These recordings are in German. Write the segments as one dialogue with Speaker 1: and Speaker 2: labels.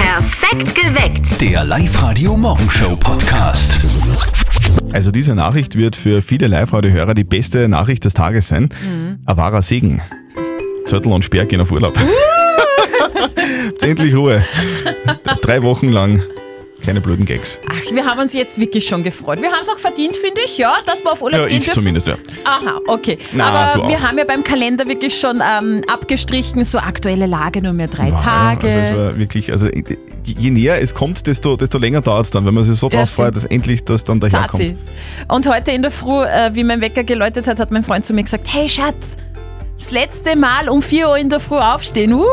Speaker 1: Perfekt geweckt.
Speaker 2: Der Live-Radio Morgenshow Podcast.
Speaker 3: Also diese Nachricht wird für viele Live-Radio-Hörer die beste Nachricht des Tages sein.
Speaker 4: Mhm.
Speaker 3: Ein wahrer Segen. Zürtel und Sperr gehen auf Urlaub. Endlich Ruhe. Drei Wochen lang. Keine blöden Gags.
Speaker 4: Ach, wir haben uns jetzt wirklich schon gefreut. Wir haben es auch verdient, finde ich, ja, dass wir auf Urlaub
Speaker 3: Ja,
Speaker 4: gehen
Speaker 3: ich
Speaker 4: dürfen.
Speaker 3: zumindest, ja.
Speaker 4: Aha, okay.
Speaker 3: Na, du
Speaker 4: Aber
Speaker 3: auch.
Speaker 4: wir haben ja beim Kalender wirklich schon ähm, abgestrichen, so aktuelle Lage, nur mehr drei
Speaker 3: Wow,
Speaker 4: Tage.
Speaker 3: Also es war wirklich, also je näher es kommt, desto, desto länger dauert es dann, wenn man sich so
Speaker 4: Ja,
Speaker 3: drauf
Speaker 4: stimmt.
Speaker 3: freut, dass endlich das dann daherkommt.
Speaker 4: Sazi. Und heute in der Früh, äh, wie mein Wecker geläutet hat, hat mein Freund zu mir gesagt, hey Schatz, das letzte Mal um 4 Uhr in der Früh aufstehen. Uh.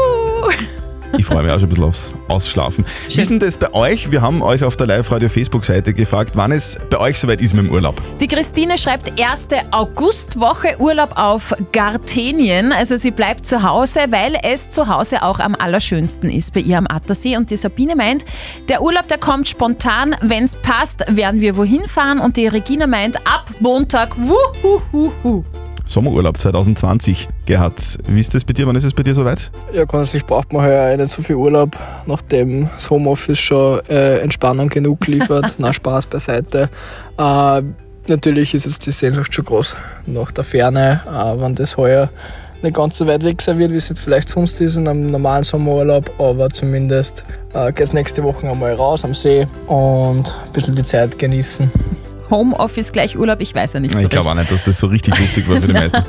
Speaker 3: Ich freue mich auch schon ein bisschen aufs Ausschlafen. Wie ist denn das bei euch? Wir haben euch auf der Live-Radio-Facebook-Seite gefragt, wann es bei euch soweit ist mit dem Urlaub.
Speaker 4: Die Christine schreibt erste Augustwoche Urlaub auf Gartenien. Also sie bleibt zu Hause, weil es zu Hause auch am allerschönsten ist bei ihr am Attersee. Und die Sabine meint, der Urlaub, der kommt spontan. Wenn es passt, werden wir wohin fahren. Und die Regina meint, ab Montag. Wuhuhuhu.
Speaker 3: Sommerurlaub 2020, Gerhard. Wie ist das bei dir? Wann ist es bei dir soweit?
Speaker 5: Ja, grundsätzlich braucht man heuer nicht so viel Urlaub, nachdem das Homeoffice schon äh, Entspannung genug liefert. Na, Spaß beiseite. Äh, natürlich ist jetzt die Sehnsucht schon groß nach der Ferne, äh, wenn das heuer nicht ganz so weit weg sein wird, wie es jetzt vielleicht sonst ist in einem normalen Sommerurlaub, aber zumindest äh, geht's nächste Woche einmal raus am See und ein bisschen die Zeit genießen.
Speaker 4: Homeoffice gleich Urlaub, ich weiß ja nicht so
Speaker 3: ich glaube auch nicht, dass das so richtig lustig war für die meisten.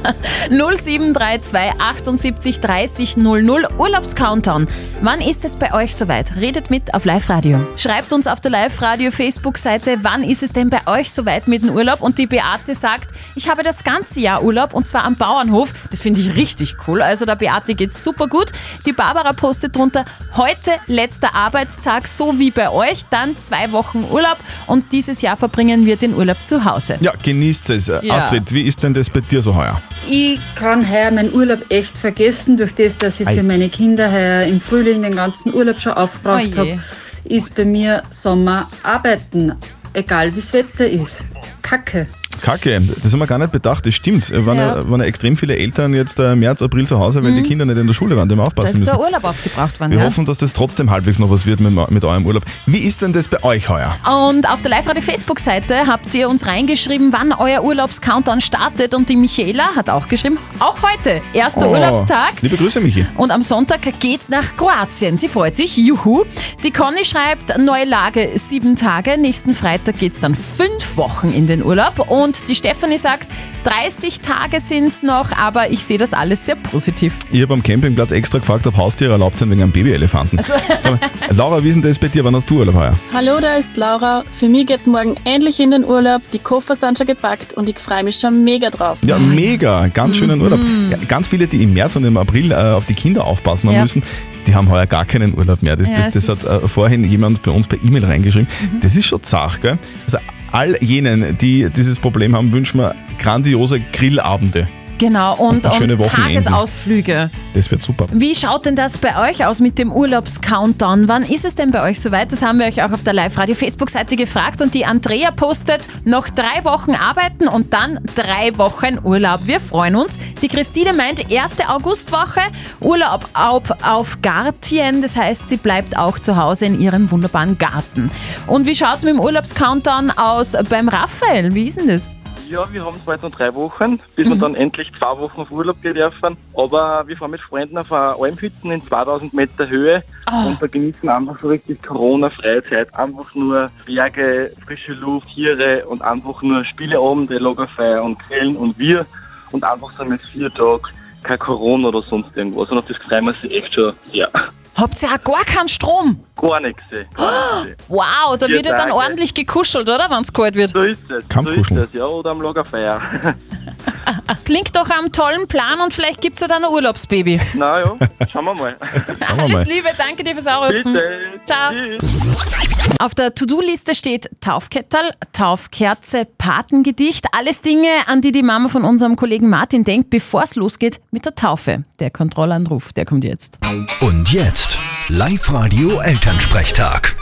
Speaker 4: 0732 78 30 00 Urlaubscountdown. Wann ist es bei euch soweit? Redet mit auf Live-Radio. Schreibt uns auf der Live-Radio-Facebook-Seite, wann ist es denn bei euch soweit mit dem Urlaub? Und die Beate sagt, ich habe das ganze Jahr Urlaub und zwar am Bauernhof. Das finde ich richtig cool. Also der Beate geht's super gut. Die Barbara postet drunter, heute letzter Arbeitstag, so wie bei euch, dann zwei Wochen Urlaub und dieses Jahr verbringen wir den Urlaub zu Hause.
Speaker 3: Ja, genießt es. Astrid, wie ist denn das bei dir so heuer?
Speaker 6: Ich kann heuer meinen Urlaub echt vergessen, durch das, dass ich
Speaker 3: Ei.
Speaker 6: für meine Kinder heuer im Frühling den ganzen Urlaub schon aufgebraucht
Speaker 4: Oje.
Speaker 6: habe, ist bei mir Sommer arbeiten, egal wie das Wetter ist. Kacke.
Speaker 3: Kacke, das haben wir gar nicht bedacht, das stimmt. Äh, Waren ja,
Speaker 4: Ja.
Speaker 3: waren ja extrem viele Eltern jetzt äh, März, April zu Hause, weil die Kinder nicht in der Schule waren, die haben
Speaker 4: Da
Speaker 3: aufpassen
Speaker 4: ist
Speaker 3: müssen.
Speaker 4: der Urlaub aufgebraucht worden.
Speaker 3: Wir
Speaker 4: ja.
Speaker 3: hoffen, dass das trotzdem halbwegs noch was wird mit, mit eurem Urlaub. Wie ist denn das bei euch heuer?
Speaker 4: Und auf der Live-Radio-Facebook-Seite habt ihr uns reingeschrieben, wann euer Urlaubscountdown startet. Und die Michaela hat auch geschrieben, auch heute, erster
Speaker 3: Oh,
Speaker 4: Urlaubstag.
Speaker 3: Liebe Grüße, Michi.
Speaker 4: Und am Sonntag geht's nach Kroatien. Sie freut sich, juhu. Die Conny schreibt, neue Lage sieben Tage. Nächsten Freitag geht's dann fünf Wochen in den Urlaub. Und die Stefanie sagt, 30 Tage sind's noch, aber ich sehe das alles sehr positiv.
Speaker 3: Ich habe am Campingplatz extra gefragt, ob Haustiere erlaubt sind wegen einem Babyelefanten. Aber, Laura, wie ist denn das bei dir? Wann hast du Urlaub heuer?
Speaker 7: Hallo, da ist Laura. Für mich geht's morgen endlich in den Urlaub. Die Koffer sind schon gepackt und ich freue mich schon mega drauf.
Speaker 3: Ja, mega, ganz schönen Urlaub. Ja, ganz viele, die im März und im April äh, auf die Kinder aufpassen haben
Speaker 4: Mhm. Ja.
Speaker 3: müssen, die haben heuer gar keinen Urlaub mehr. Das,
Speaker 4: Ja,
Speaker 3: das,
Speaker 4: es
Speaker 3: das
Speaker 4: ist- Mhm.
Speaker 3: hat äh, vorhin jemand bei uns per E-Mail reingeschrieben. Das ist schon zart, gell? Also all jenen, die dieses Problem haben, wünschen wir grandiose Grillabende.
Speaker 4: Genau, und,
Speaker 3: Und
Speaker 4: und,
Speaker 3: schöne Wochenenden.
Speaker 4: Tagesausflüge.
Speaker 3: Das wird super.
Speaker 4: Wie schaut denn das bei euch aus mit dem Urlaubscountdown? Wann ist es denn bei euch soweit? Das haben wir euch auch auf der Live-Radio-Facebook-Seite gefragt und die Andrea postet noch drei Wochen arbeiten und dann drei Wochen Urlaub. Wir freuen uns. Die Christine meint, erste Augustwoche Urlaub auf, auf Gartien. Das heißt, sie bleibt auch zu Hause in ihrem wunderbaren Garten. Und wie schaut es mit dem Urlaubscountdown aus beim Raphael? Wie ist denn das?
Speaker 8: Ja, wir haben zwar jetzt noch drei Wochen, bis wir dann endlich zwei Wochen auf Urlaub gehen dürfen. Aber wir fahren mit Freunden auf eine Almhütten in 2000 Meter Höhe und da genießen einfach so richtig Corona-Freizeit. Einfach nur Berge, frische Luft, Tiere und einfach nur Spieleabende, Lagerfeuer und Grillen und wir. Und einfach so mit vier Tagen kein Corona oder sonst irgendwas. Und auf das freuen wir sich echt schon sehr.
Speaker 4: Habt ihr auch gar keinen Strom?
Speaker 8: Gar nichts. eh, Gar nichts. eh.
Speaker 4: Wow, da
Speaker 8: Vier
Speaker 4: wird ja dann
Speaker 8: Tage.
Speaker 4: ordentlich gekuschelt, oder? Wenn es kalt wird.
Speaker 8: So ist es. So
Speaker 3: Kampfkuscheln.
Speaker 8: ist es, ja. Oder am Lagerfeuer.
Speaker 4: Klingt doch am tollen Plan und vielleicht gibt es ja dann ein Urlaubsbaby.
Speaker 8: Na ja, schauen wir mal.
Speaker 3: Schauen wir
Speaker 4: Alles
Speaker 3: mal.
Speaker 4: Liebe, danke dir fürs Anrufen.
Speaker 8: Bitte.
Speaker 4: Ciao.
Speaker 8: Tschüss.
Speaker 4: Auf der To-Do-Liste steht Taufkettel, Taufkerze, Patengedicht. Alles Dinge, an die die Mama von unserem Kollegen Martin denkt, bevor es losgeht mit der Taufe. Der Kontrollanruf, der kommt jetzt.
Speaker 2: Und jetzt Live-Radio Elternsprechtag.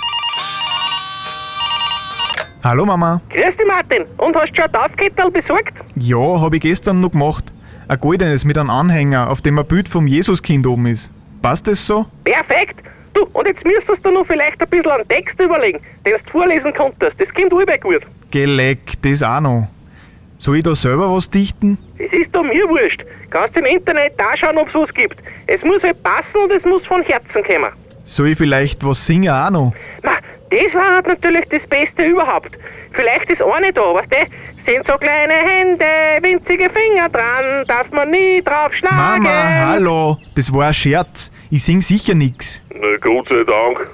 Speaker 9: Hallo Mama.
Speaker 10: Grüß dich Martin, und hast schon ein Taufkettel besorgt?
Speaker 9: Ja, habe ich gestern noch gemacht. Ein goldenes mit einem Anhänger, auf dem ein Bild vom Jesuskind oben ist. Passt das so?
Speaker 10: Perfekt! Du, und jetzt müsstest du noch vielleicht ein bisschen einen Text überlegen, den du vorlesen konntest. Das klingt allweil gut.
Speaker 9: Geleck, das auch noch. Soll ich da selber was dichten?
Speaker 10: Es ist doch mir wurscht. Kannst im Internet da schauen, ob es was gibt. Es muss halt passen und es muss von Herzen kommen.
Speaker 9: Soll ich vielleicht was singen auch noch?
Speaker 10: Na, das war halt natürlich das Beste überhaupt. Vielleicht ist eine da, weißt du? Sind so kleine Hände, winzige Finger dran, darf man nie drauf schlagen.
Speaker 9: Mama, hallo, das war ein Scherz. Ich sing sicher nix.
Speaker 1: Na, Gott sei Dank.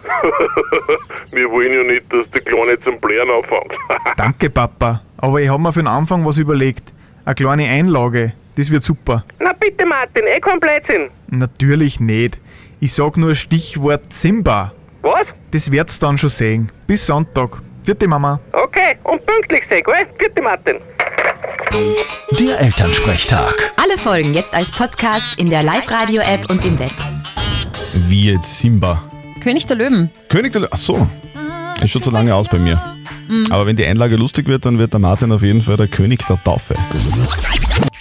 Speaker 1: Wir wollen ja nicht, dass der Kleine zum Blären anfängt.
Speaker 9: Danke, Papa. Aber ich hab mir für den Anfang was überlegt. Eine kleine Einlage. Das wird super.
Speaker 10: Na bitte, Martin, eh kein Blödsinn.
Speaker 9: Natürlich nicht. Ich sag nur Stichwort Simba.
Speaker 10: Was?
Speaker 9: Das wird's dann schon sehen. Bis Sonntag. Vierte Mama.
Speaker 10: Okay, und pünktlich sein, gell? Bitte, Martin.
Speaker 2: Der Elternsprechtag.
Speaker 4: Alle Folgen jetzt als Podcast in der Live-Radio-App und im Web.
Speaker 3: Wie jetzt Simba.
Speaker 4: König der Löwen.
Speaker 3: König der Lö Ach so. Ist schon zu lange aus bei mir.
Speaker 4: Mhm.
Speaker 3: Aber wenn die Einlage lustig wird, dann wird der Martin auf jeden Fall der König der Taufe.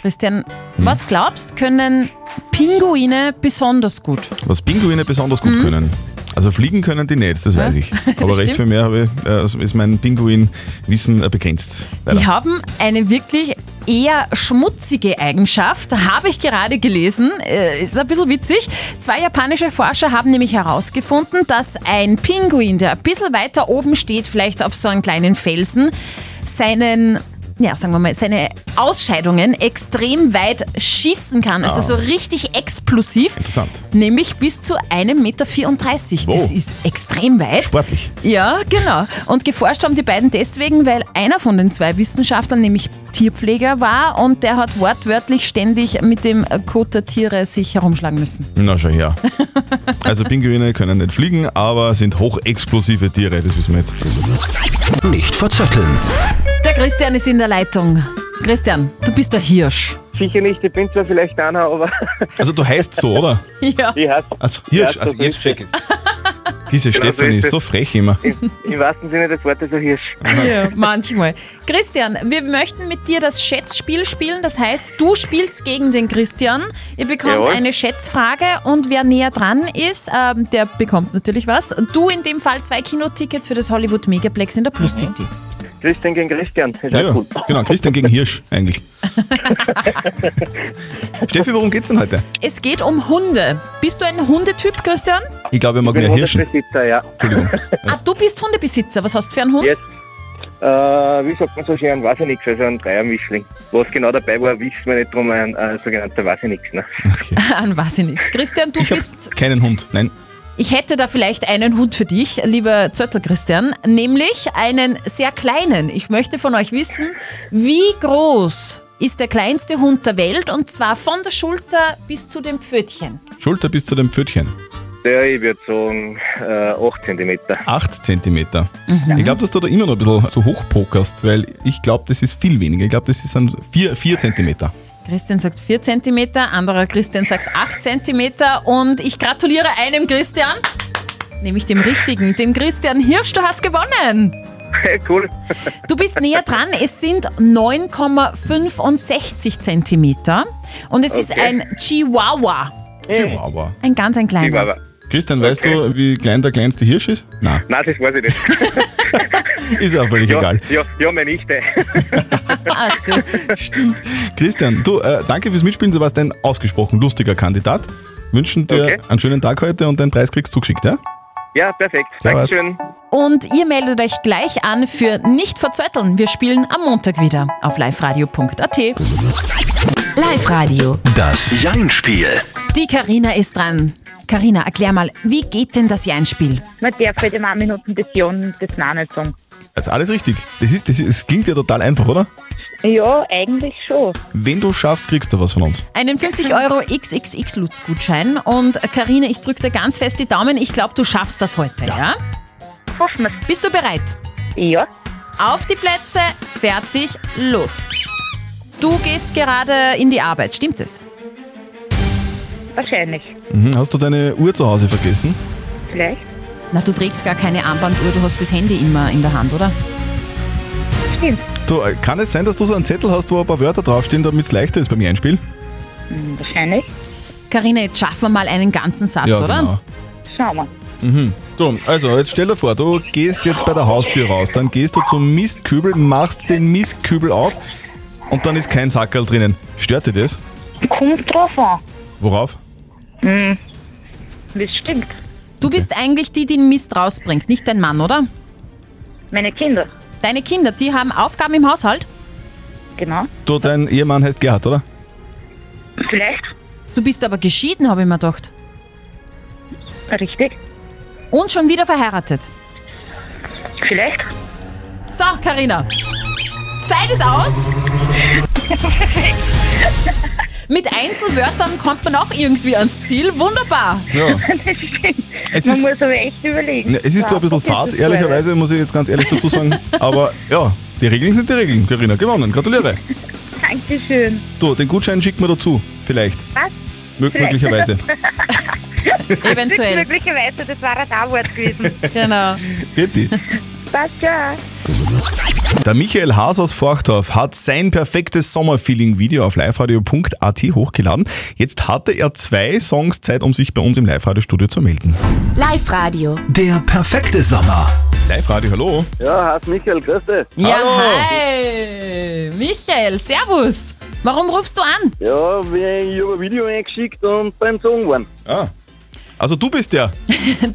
Speaker 4: Christian, was glaubst, können Pinguine besonders gut?
Speaker 3: Was Pinguine besonders gut können. Also fliegen können die nicht, das weiß ich. Aber recht
Speaker 4: Mhm. stimmt.
Speaker 3: viel mehr habe ich, äh, ist mein Pinguin-Wissen äh, begrenzt. Leider.
Speaker 4: Die haben eine wirklich eher schmutzige Eigenschaft, habe ich gerade gelesen. Äh, Ist ein bisschen witzig. Zwei japanische Forscher haben nämlich herausgefunden, dass ein Pinguin, der ein bisschen weiter oben steht, vielleicht auf so einem kleinen Felsen, seinen ja, sagen wir mal, seine Ausscheidungen extrem weit schießen kann. Also so richtig explosiv.
Speaker 3: Interessant.
Speaker 4: Nämlich bis zu 1,34 Meter. Das
Speaker 3: Wow.
Speaker 4: ist extrem weit.
Speaker 3: Sportlich.
Speaker 4: Ja, genau. Und geforscht haben die beiden deswegen, weil einer von den zwei Wissenschaftlern nämlich Tierpfleger war und der hat wortwörtlich ständig mit dem Kot der Tiere sich herumschlagen müssen.
Speaker 3: Na schau her. Also Pinguine können nicht fliegen, aber sind hochexplosive Tiere, das wissen wir jetzt.
Speaker 2: Nicht verzetteln.
Speaker 4: Der Christian ist in der Leitung. Christian, du bist der Hirsch.
Speaker 8: Sicher nicht, ich bin zwar vielleicht einer, aber
Speaker 3: Also du heißt so, oder?
Speaker 4: Ja.
Speaker 8: ich heiße
Speaker 3: Also Hirsch,
Speaker 8: Ja,
Speaker 3: also
Speaker 8: so
Speaker 3: jetzt check ich's. Diese
Speaker 8: Genau so
Speaker 3: Stefanie
Speaker 8: ist
Speaker 3: ist so frech immer.
Speaker 8: im wahrsten Sinne des Wortes ein also Hirsch.
Speaker 4: ja. Manchmal. Christian, wir möchten mit dir das Schätzspiel spielen. Das heißt, du spielst gegen den Christian. Ihr bekommt
Speaker 8: Jawohl.
Speaker 4: eine Schätzfrage und wer näher dran ist, ähm, der bekommt natürlich was. Du in dem Fall zwei Kinotickets für das Hollywood Megaplex in der Plus City.
Speaker 8: Christian gegen Christian, ist
Speaker 3: Ja,
Speaker 8: auch cool.
Speaker 3: genau, Christian gegen Hirsch eigentlich. Steffi, worum geht's denn heute?
Speaker 4: Es geht um Hunde. Bist du ein Hundetyp, Christian?
Speaker 3: Ich glaube, wir
Speaker 8: Ich
Speaker 3: mag
Speaker 8: bin
Speaker 3: mehr Hirschen.
Speaker 8: Hundebesitzer, ja.
Speaker 3: Entschuldigung.
Speaker 4: Ah, du bist Hundebesitzer. Was hast du für einen Hund?
Speaker 8: Jetzt, äh, wie sagt man so schön, weiß ich nichts, also ein Dreiermischling. Was genau dabei war, wissen wir nicht drum, ein äh, sogenannter weiß ich nichts. Ne?
Speaker 4: An weiß ich nichts. Christian, du
Speaker 3: Ich
Speaker 4: bist.
Speaker 3: hab keinen Hund. Nein,
Speaker 4: Ich hätte da vielleicht einen Hund für dich, lieber Zöttl Christian, nämlich einen sehr kleinen. Ich möchte von euch wissen, wie groß ist der kleinste Hund der Welt und zwar von der Schulter bis zu dem Pfötchen.
Speaker 3: Schulter bis zu dem Pfötchen.
Speaker 8: Ja, ich würde sagen, äh, 8 cm.
Speaker 3: 8 cm. Ich glaube, dass du da immer noch ein bisschen zu hoch pokerst, weil ich glaube, das ist viel weniger. Ich glaube, das ist ein 4, 4 cm.
Speaker 4: Christian sagt 4 cm, anderer Christian sagt 8 cm und ich gratuliere einem Christian, nämlich dem richtigen, dem Christian Hirsch, du hast gewonnen.
Speaker 3: genau.
Speaker 8: cool.
Speaker 4: Du bist näher dran. Es sind 9,65 Zentimeter. Und es ist
Speaker 8: Okay.
Speaker 4: ein Chihuahua.
Speaker 8: Hm.
Speaker 3: Chihuahua.
Speaker 4: Ein ganz ein
Speaker 8: Ich
Speaker 4: kleiner.
Speaker 8: war aber.
Speaker 3: Christian, weißt du, wie klein der kleinste Hirsch ist? Nein,
Speaker 8: Nein, das weiß ich nicht.
Speaker 3: ist ja völlig
Speaker 8: Ja,
Speaker 3: egal.
Speaker 8: ja, ja meine Nichte.
Speaker 4: Ah, süß.
Speaker 3: Stimmt. Christian, du, äh, danke fürs Mitspielen. Du warst ein ausgesprochen lustiger Kandidat. Wünschen dir
Speaker 8: Okay.
Speaker 3: einen schönen Tag heute und deinen Preis kriegst du zugeschickt, ja?
Speaker 8: Ja, perfekt.
Speaker 3: Servus.
Speaker 8: Dankeschön.
Speaker 4: Und ihr meldet euch gleich an für Nicht verzötteln. Wir spielen am Montag wieder auf liveradio.at. Live Radio.
Speaker 2: Das Jein-Spiel.
Speaker 4: Die Karina ist dran. Karina, erklär mal, wie geht denn das Jein-Spiel?
Speaker 10: Man darf halt in 1 Minuten das Ja und das Nein nicht sagen.
Speaker 3: Also alles richtig. Das, ist, das, ist, das klingt ja total einfach, oder?
Speaker 10: Ja, eigentlich schon.
Speaker 3: Wenn du schaffst, kriegst du was von uns.
Speaker 4: Einen 50 Euro XXX-Lutz-Gutschein. Und äh, Karina, ich drücke dir ganz fest die Daumen. Ich glaube, du schaffst das heute, ja?
Speaker 10: Hoffen wir's.
Speaker 4: Bist du bereit?
Speaker 10: Ja.
Speaker 4: Auf die Plätze, fertig, los. Du gehst gerade in die Arbeit, stimmt es?
Speaker 10: Wahrscheinlich.
Speaker 3: Mhm. Hast du deine Uhr zu Hause vergessen?
Speaker 10: Vielleicht.
Speaker 4: Na, du trägst gar keine Armbanduhr, du hast das Handy immer in der Hand, oder?
Speaker 10: Stimmt.
Speaker 3: Du, äh, kann es sein, dass du so einen Zettel hast, wo ein paar Wörter draufstehen, damit es leichter ist beim Einspielen?
Speaker 10: Wahrscheinlich.
Speaker 3: genau.
Speaker 4: Karina, jetzt schaffen wir mal einen ganzen Satz, oder?
Speaker 10: Schauen wir.
Speaker 3: Mhm. So, also jetzt stell dir vor, du gehst jetzt bei der Haustür raus, dann gehst du zum Mistkübel, machst den Mistkübel auf und dann ist kein Sackerl drinnen. Stört dir das?
Speaker 11: Kommt drauf an.
Speaker 3: Worauf?
Speaker 11: Hm. Das stimmt.
Speaker 4: Du bist eigentlich die, die den Mist rausbringt, nicht dein Mann, oder?
Speaker 11: Meine Kinder.
Speaker 4: Deine Kinder, die haben Aufgaben im Haushalt?
Speaker 11: Genau.
Speaker 3: Du, dein Ehemann heißt Gerhard, oder?
Speaker 11: Vielleicht.
Speaker 4: Du bist aber geschieden, habe ich mir gedacht.
Speaker 11: Richtig.
Speaker 4: Und schon wieder verheiratet.
Speaker 11: Vielleicht.
Speaker 4: So, Karina. Zeit ist aus. Mit Einzelwörtern kommt man auch irgendwie ans Ziel. Wunderbar.
Speaker 3: Ja.
Speaker 11: Das stimmt.
Speaker 3: Es
Speaker 11: Man
Speaker 3: ist-
Speaker 11: muss aber echt überlegen.
Speaker 3: Ja, Es ist zwar ein bisschen
Speaker 11: Ja, das
Speaker 3: fad,
Speaker 11: ist leider.
Speaker 3: ehrlicherweise, muss ich jetzt ganz ehrlich dazu sagen. Aber ja, die Regeln sind die Regeln. Karina, gewonnen. Gratuliere.
Speaker 11: Dankeschön.
Speaker 3: Du, den Gutschein schicken wir dazu. Vielleicht.
Speaker 11: Was?
Speaker 3: Mö
Speaker 11: Vielleicht.
Speaker 3: Möglicherweise.
Speaker 4: Eventuell.
Speaker 11: Möglicherweise, das war ein Da-Wort gewesen.
Speaker 4: genau.
Speaker 3: Vierte.
Speaker 11: Passt ja.
Speaker 3: Der Michael Haas aus Forchdorf hat sein perfektes Sommerfeeling-Video auf liveradio.at hochgeladen. Jetzt hatte er zwei Songs Zeit, um sich bei uns im Live-Radio-Studio zu melden.
Speaker 12: Live-Radio.
Speaker 2: Der perfekte Sommer.
Speaker 3: Live-Radio, hallo.
Speaker 8: Ja, heißt Michael, grüß dich.
Speaker 4: Ja, hi. Michael, servus. Warum rufst du an?
Speaker 8: Ja, ich habe ein Video eingeschickt und beim Song waren.
Speaker 3: Ah. Also du bist der.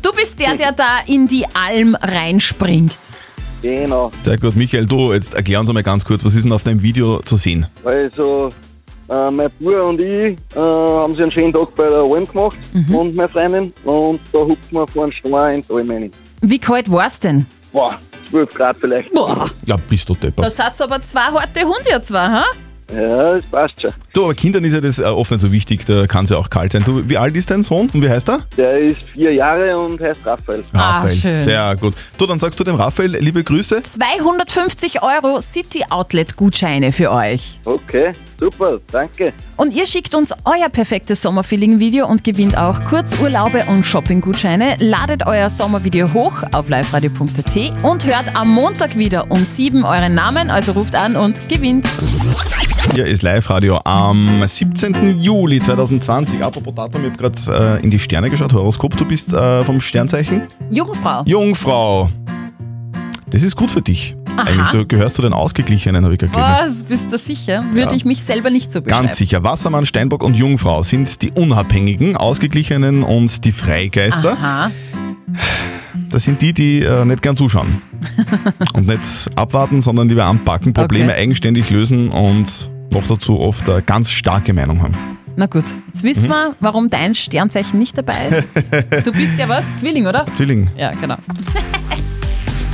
Speaker 4: Du bist der, der da in die Alm reinspringt.
Speaker 8: Genau.
Speaker 3: Sehr gut, Michael, du, jetzt erklär uns mal ganz kurz, was ist denn auf deinem Video zu sehen?
Speaker 8: Also, äh, mein Bruder und ich äh, haben sich einen schönen Tag bei der Alm gemacht
Speaker 3: Mhm.
Speaker 8: und meine Freundin. Und da hupfen wir vor einem Stein in die Alm rein.
Speaker 4: Wie kalt war's denn?
Speaker 8: Boah, 12 Grad vielleicht.
Speaker 4: Boah.
Speaker 3: Ja, bist du deppert.
Speaker 4: Da hat's aber zwei harte Hunde ja zwar, ha?
Speaker 8: Ja, das passt schon.
Speaker 3: Du, aber Kindern ist ja das äh, oft nicht so wichtig, da kann es ja auch kalt sein. Du, wie alt ist dein Sohn und wie heißt er?
Speaker 8: Der ist vier Jahre und heißt Raphael.
Speaker 3: Raphael, sehr gut. Du, dann sagst du dem Raphael liebe Grüße.
Speaker 4: 250 Euro City Outlet Gutscheine für euch.
Speaker 8: Okay, super, danke.
Speaker 4: Und ihr schickt uns euer perfektes Sommerfeeling-Video und gewinnt auch Kurzurlaube und Shopping-Gutscheine. Ladet euer Sommervideo hoch auf liveradio.at und hört am Montag wieder um 7 euren Namen, also ruft an und gewinnt.
Speaker 3: Hier ist Live-Radio am 17. Juli 2020. Apropos Datum, ich habe gerade äh, in die Sterne geschaut, Horoskop, du bist äh, vom Sternzeichen?
Speaker 4: Jungfrau.
Speaker 3: Jungfrau. Das ist gut für dich.
Speaker 4: Aha.
Speaker 3: Eigentlich, du gehörst zu den Ausgeglichenen, habe ich gerade gelesen.
Speaker 4: Was? Bist du sicher? Würde
Speaker 3: Ja.
Speaker 4: ich mich selber nicht so beschreiben.
Speaker 3: Ganz sicher. Wassermann, Steinbock und Jungfrau sind die Unabhängigen, Ausgeglichenen und die Freigeister.
Speaker 4: Aha.
Speaker 3: Das sind die, die äh, nicht gern zuschauen. und nicht abwarten, sondern lieber anpacken, Probleme
Speaker 4: Okay.
Speaker 3: eigenständig lösen und noch dazu oft eine ganz starke Meinung haben.
Speaker 4: Na gut, jetzt wissen
Speaker 3: Mhm.
Speaker 4: wir, warum dein Sternzeichen nicht dabei ist. Du bist ja was? Zwilling, oder?
Speaker 3: Zwilling.
Speaker 4: Ja, genau.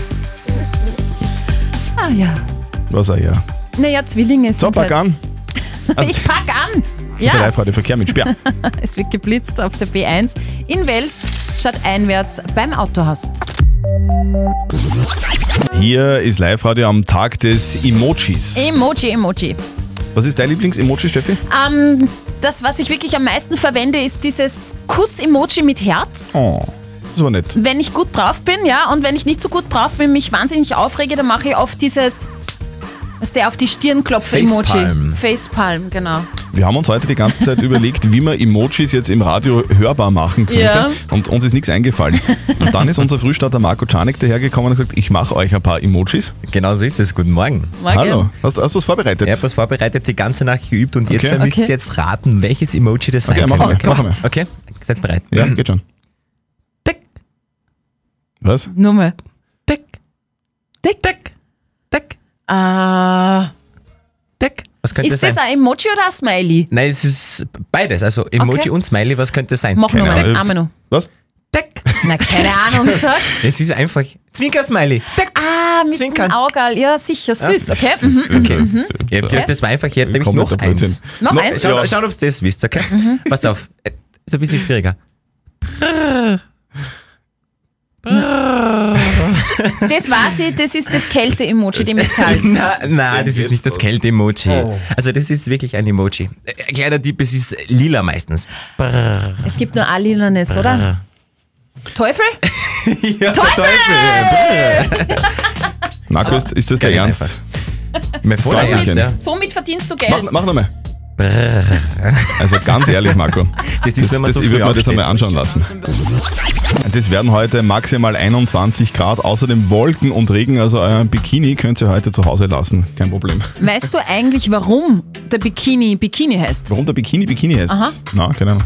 Speaker 4: ah ja.
Speaker 3: Was auch ja.
Speaker 4: Naja, Zwillinge sind
Speaker 3: So, pack
Speaker 4: halt...
Speaker 3: an. Also-
Speaker 4: ich pack an!
Speaker 3: Der
Speaker 4: Ja,
Speaker 3: Live-Radio Verkehr mit Sperr.
Speaker 4: es wird geblitzt auf der B1 in Wels statt einwärts beim Autohaus.
Speaker 3: Hier ist Live-Radio am Tag des Emojis.
Speaker 4: Emoji, Emoji.
Speaker 3: Was ist dein Lieblings-Emoji, Steffi?
Speaker 4: Ähm, das, was ich wirklich am meisten verwende, ist dieses Kuss-Emoji mit Herz.
Speaker 3: Oh, das war nett.
Speaker 4: Wenn ich gut drauf bin, ja, und wenn ich nicht so gut drauf bin, mich wahnsinnig aufrege, dann mache ich oft dieses, was der auf die Stirn klopft-Emoji.
Speaker 3: Facepalm.
Speaker 4: Facepalm, genau.
Speaker 3: Wir haben uns heute die ganze Zeit überlegt, wie man Emojis jetzt im Radio hörbar machen könnte.
Speaker 4: Ja.
Speaker 3: Und uns ist nichts eingefallen. Und dann ist unser Frühstarter Marco Czanek dahergekommen und hat gesagt, ich mache euch ein paar Emojis.
Speaker 13: Genau so ist es. Guten Morgen.
Speaker 4: Morgen.
Speaker 13: Hallo.
Speaker 3: Hast, hast du was vorbereitet?
Speaker 13: Ich habe was vorbereitet, die ganze Nacht geübt und jetzt
Speaker 3: Okay.
Speaker 13: müsst ihr
Speaker 3: Okay.
Speaker 13: jetzt raten, welches Emoji das sein
Speaker 3: Okay, machen
Speaker 13: könnte.
Speaker 3: wir, machen wir.
Speaker 13: Okay, seid bereit?
Speaker 3: Ja, geht schon. Was?
Speaker 4: Nummer. Dick. Dick. Dick. Dick. Äh,
Speaker 13: Was könnte
Speaker 4: ist
Speaker 13: das
Speaker 4: das
Speaker 13: sein?
Speaker 4: ein Emoji oder ein Smiley?
Speaker 13: Nein, es ist beides. Also Emoji
Speaker 4: Okay.
Speaker 13: und Smiley, was könnte das sein?
Speaker 4: Mach nochmal, einmal noch.
Speaker 3: Was?
Speaker 13: Deck.
Speaker 4: Na, keine Ahnung, sag.
Speaker 13: Es ist einfach Zwinker-Smiley.
Speaker 4: Ah, mit dem Augerl. Ja, sicher, süß. okay. Mhm,
Speaker 13: okay.
Speaker 4: mhm.
Speaker 13: Ich hab gedacht, das war einfach. Ich hätte nämlich noch eins.
Speaker 4: Noch eins?
Speaker 13: Schaut,
Speaker 4: Ja.
Speaker 13: schaut ob ihr das wisst, okay?
Speaker 4: Mhm.
Speaker 13: Pass auf. Äh, Ist ein bisschen schwieriger.
Speaker 4: Das weiß ich, das ist das Kälte-Emoji, dem ist kalt.
Speaker 13: Na, na, Ah, das ist nicht das Kälte-Emoji. Also das ist wirklich ein Emoji. Äh, Kleiner Tipp, es ist lila meistens. Brrr.
Speaker 4: Es gibt nur ein lilanes, oder? Teufel?
Speaker 13: Ah. Ja,
Speaker 4: Teufel!
Speaker 3: Marco, ist, ist das der Ernst?
Speaker 13: Mein voller
Speaker 3: Sag
Speaker 13: Ernst,
Speaker 3: ich
Speaker 13: ja.
Speaker 3: Ihnen.
Speaker 4: Somit verdienst du Geld.
Speaker 3: Mach, mach nochmal. Also ganz ehrlich, Marco.
Speaker 13: Das ist, wenn man so
Speaker 3: ich
Speaker 13: früh
Speaker 3: würde mir das
Speaker 13: aufsteht.
Speaker 3: einmal anschauen lassen. Das werden heute maximal 21 Grad, außerdem Wolken und Regen, also euren Bikini könnt ihr heute zu Hause lassen. Kein Problem.
Speaker 4: Weißt du eigentlich, warum der Bikini Bikini heißt?
Speaker 3: Warum der Bikini Bikini heißt?
Speaker 4: Aha.
Speaker 3: Na, keine Ahnung.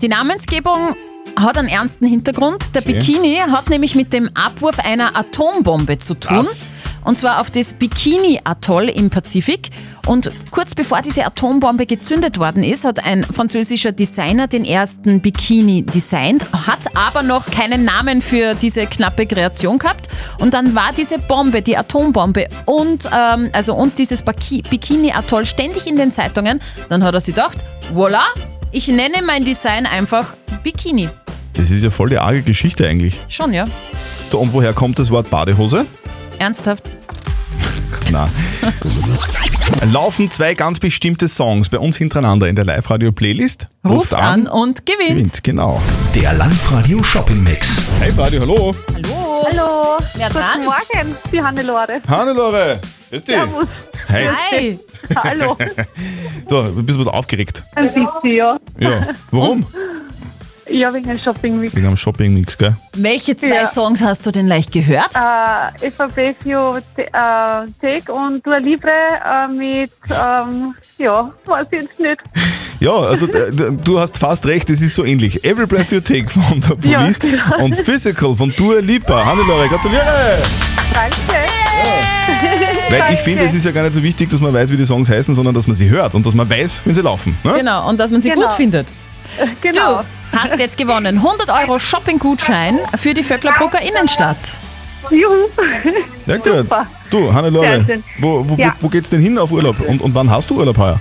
Speaker 4: Die Namensgebung hat einen ernsten Hintergrund. Der
Speaker 3: Okay.
Speaker 4: Bikini hat nämlich mit dem Abwurf einer Atombombe zu tun.
Speaker 3: Was?
Speaker 4: Und zwar auf das Bikini-Atoll im Pazifik. Und kurz bevor diese Atombombe gezündet worden ist, hat ein französischer Designer den ersten Bikini designt, hat aber noch keinen Namen für diese knappe Kreation gehabt. Und dann war diese Bombe, die Atombombe und, ähm, also und dieses Baki- Bikini-Atoll ständig in den Zeitungen. Dann hat er sich gedacht, voilà, ich nenne mein Design einfach Bikini.
Speaker 3: Das ist ja voll die arge Geschichte eigentlich.
Speaker 4: Schon, ja.
Speaker 3: So, Und woher kommt das Wort Badehose?
Speaker 4: Ernsthaft.
Speaker 3: Na. Laufen zwei ganz bestimmte Songs bei uns hintereinander in der Live-Radio-Playlist.
Speaker 4: Ruft an und gewinnt.
Speaker 3: gewinnt. Genau. Der Live-Radio Shopping Mix. Hey Radio, hallo.
Speaker 4: Hallo.
Speaker 11: Hallo.
Speaker 4: Wer dran?
Speaker 11: Guten Morgen, die Hannelore.
Speaker 3: Hannelore, grüß dich.
Speaker 11: Servus.
Speaker 3: Hey.
Speaker 11: Hi. Hallo.
Speaker 3: So, ein bisschen was aufgeregt.
Speaker 11: Ein bisschen, ja.
Speaker 3: Ja. Warum?
Speaker 11: Ja, wegen dem Shopping Week.
Speaker 3: Wegen am Shopping-Mix, gell?
Speaker 4: Welche zwei
Speaker 11: Ja.
Speaker 4: Songs hast du denn leicht gehört?
Speaker 11: Äh, FAB für äh, Tech und Dua Libre äh, mit, ähm, ja, weiß ich jetzt nicht.
Speaker 3: Ja, also d- d- du hast fast recht, es ist so ähnlich. Every Breath You Take von der
Speaker 11: Ja,
Speaker 3: Police
Speaker 11: genau.
Speaker 3: und Physical von Dua Lipa. Hannelore, gratuliere!
Speaker 11: Danke.
Speaker 3: Weil ich finde, es ist ja gar nicht so wichtig, dass man weiß, wie die Songs heißen, sondern dass man sie hört und dass man weiß, wenn sie laufen. Ne?
Speaker 4: Genau, und dass man sie
Speaker 11: Genau.
Speaker 4: gut findet.
Speaker 11: Genau.
Speaker 4: Du hast jetzt gewonnen 100 Euro Shopping-Gutschein für die Vöcklerbrucker Innenstadt.
Speaker 11: Juhu.
Speaker 3: Ja, gut.
Speaker 11: Super.
Speaker 3: Du, Hannelore,
Speaker 11: Sehr schön.
Speaker 3: wo, wo,
Speaker 11: Ja.
Speaker 3: wo, wo geht's denn hin auf Urlaub? Und, und wann hast du Urlaub heuer?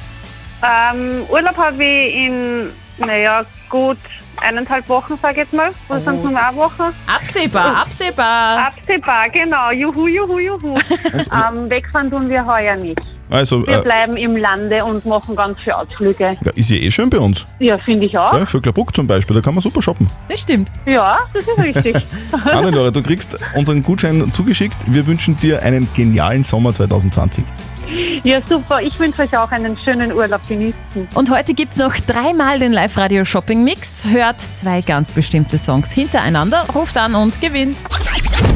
Speaker 11: Ähm, Urlaub habe ich in, naja, gut eineinhalb Wochen, sage ich jetzt mal.
Speaker 6: Oh,
Speaker 11: Was sind nur eine Woche?
Speaker 4: Absehbar, absehbar.
Speaker 11: Absehbar, genau. Juhu, juhu, juhu. ähm, wegfahren tun wir heuer nicht.
Speaker 3: Also,
Speaker 11: Wir
Speaker 3: äh,
Speaker 11: bleiben im Lande und machen ganz viele Ausflüge.
Speaker 3: ja, ist ja eh schön bei uns.
Speaker 11: Ja, finde ich auch.
Speaker 3: Ja, Vöcklerbruck zum Beispiel, da kann man super shoppen.
Speaker 4: Das stimmt.
Speaker 11: Ja, das ist richtig.
Speaker 3: Hannelore, du kriegst unseren Gutschein zugeschickt. Wir wünschen dir einen genialen Sommer 2020.
Speaker 11: ja, super. Ich wünsche euch auch einen schönen Urlaub genießen.
Speaker 4: Und heute gibt es noch dreimal den Live-Radio-Shopping-Mix. Hört zwei ganz bestimmte Songs hintereinander, ruft an und gewinnt.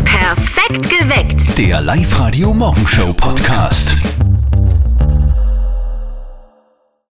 Speaker 12: Perfekt geweckt.
Speaker 2: Der Live-Radio Morgenshow Podcast.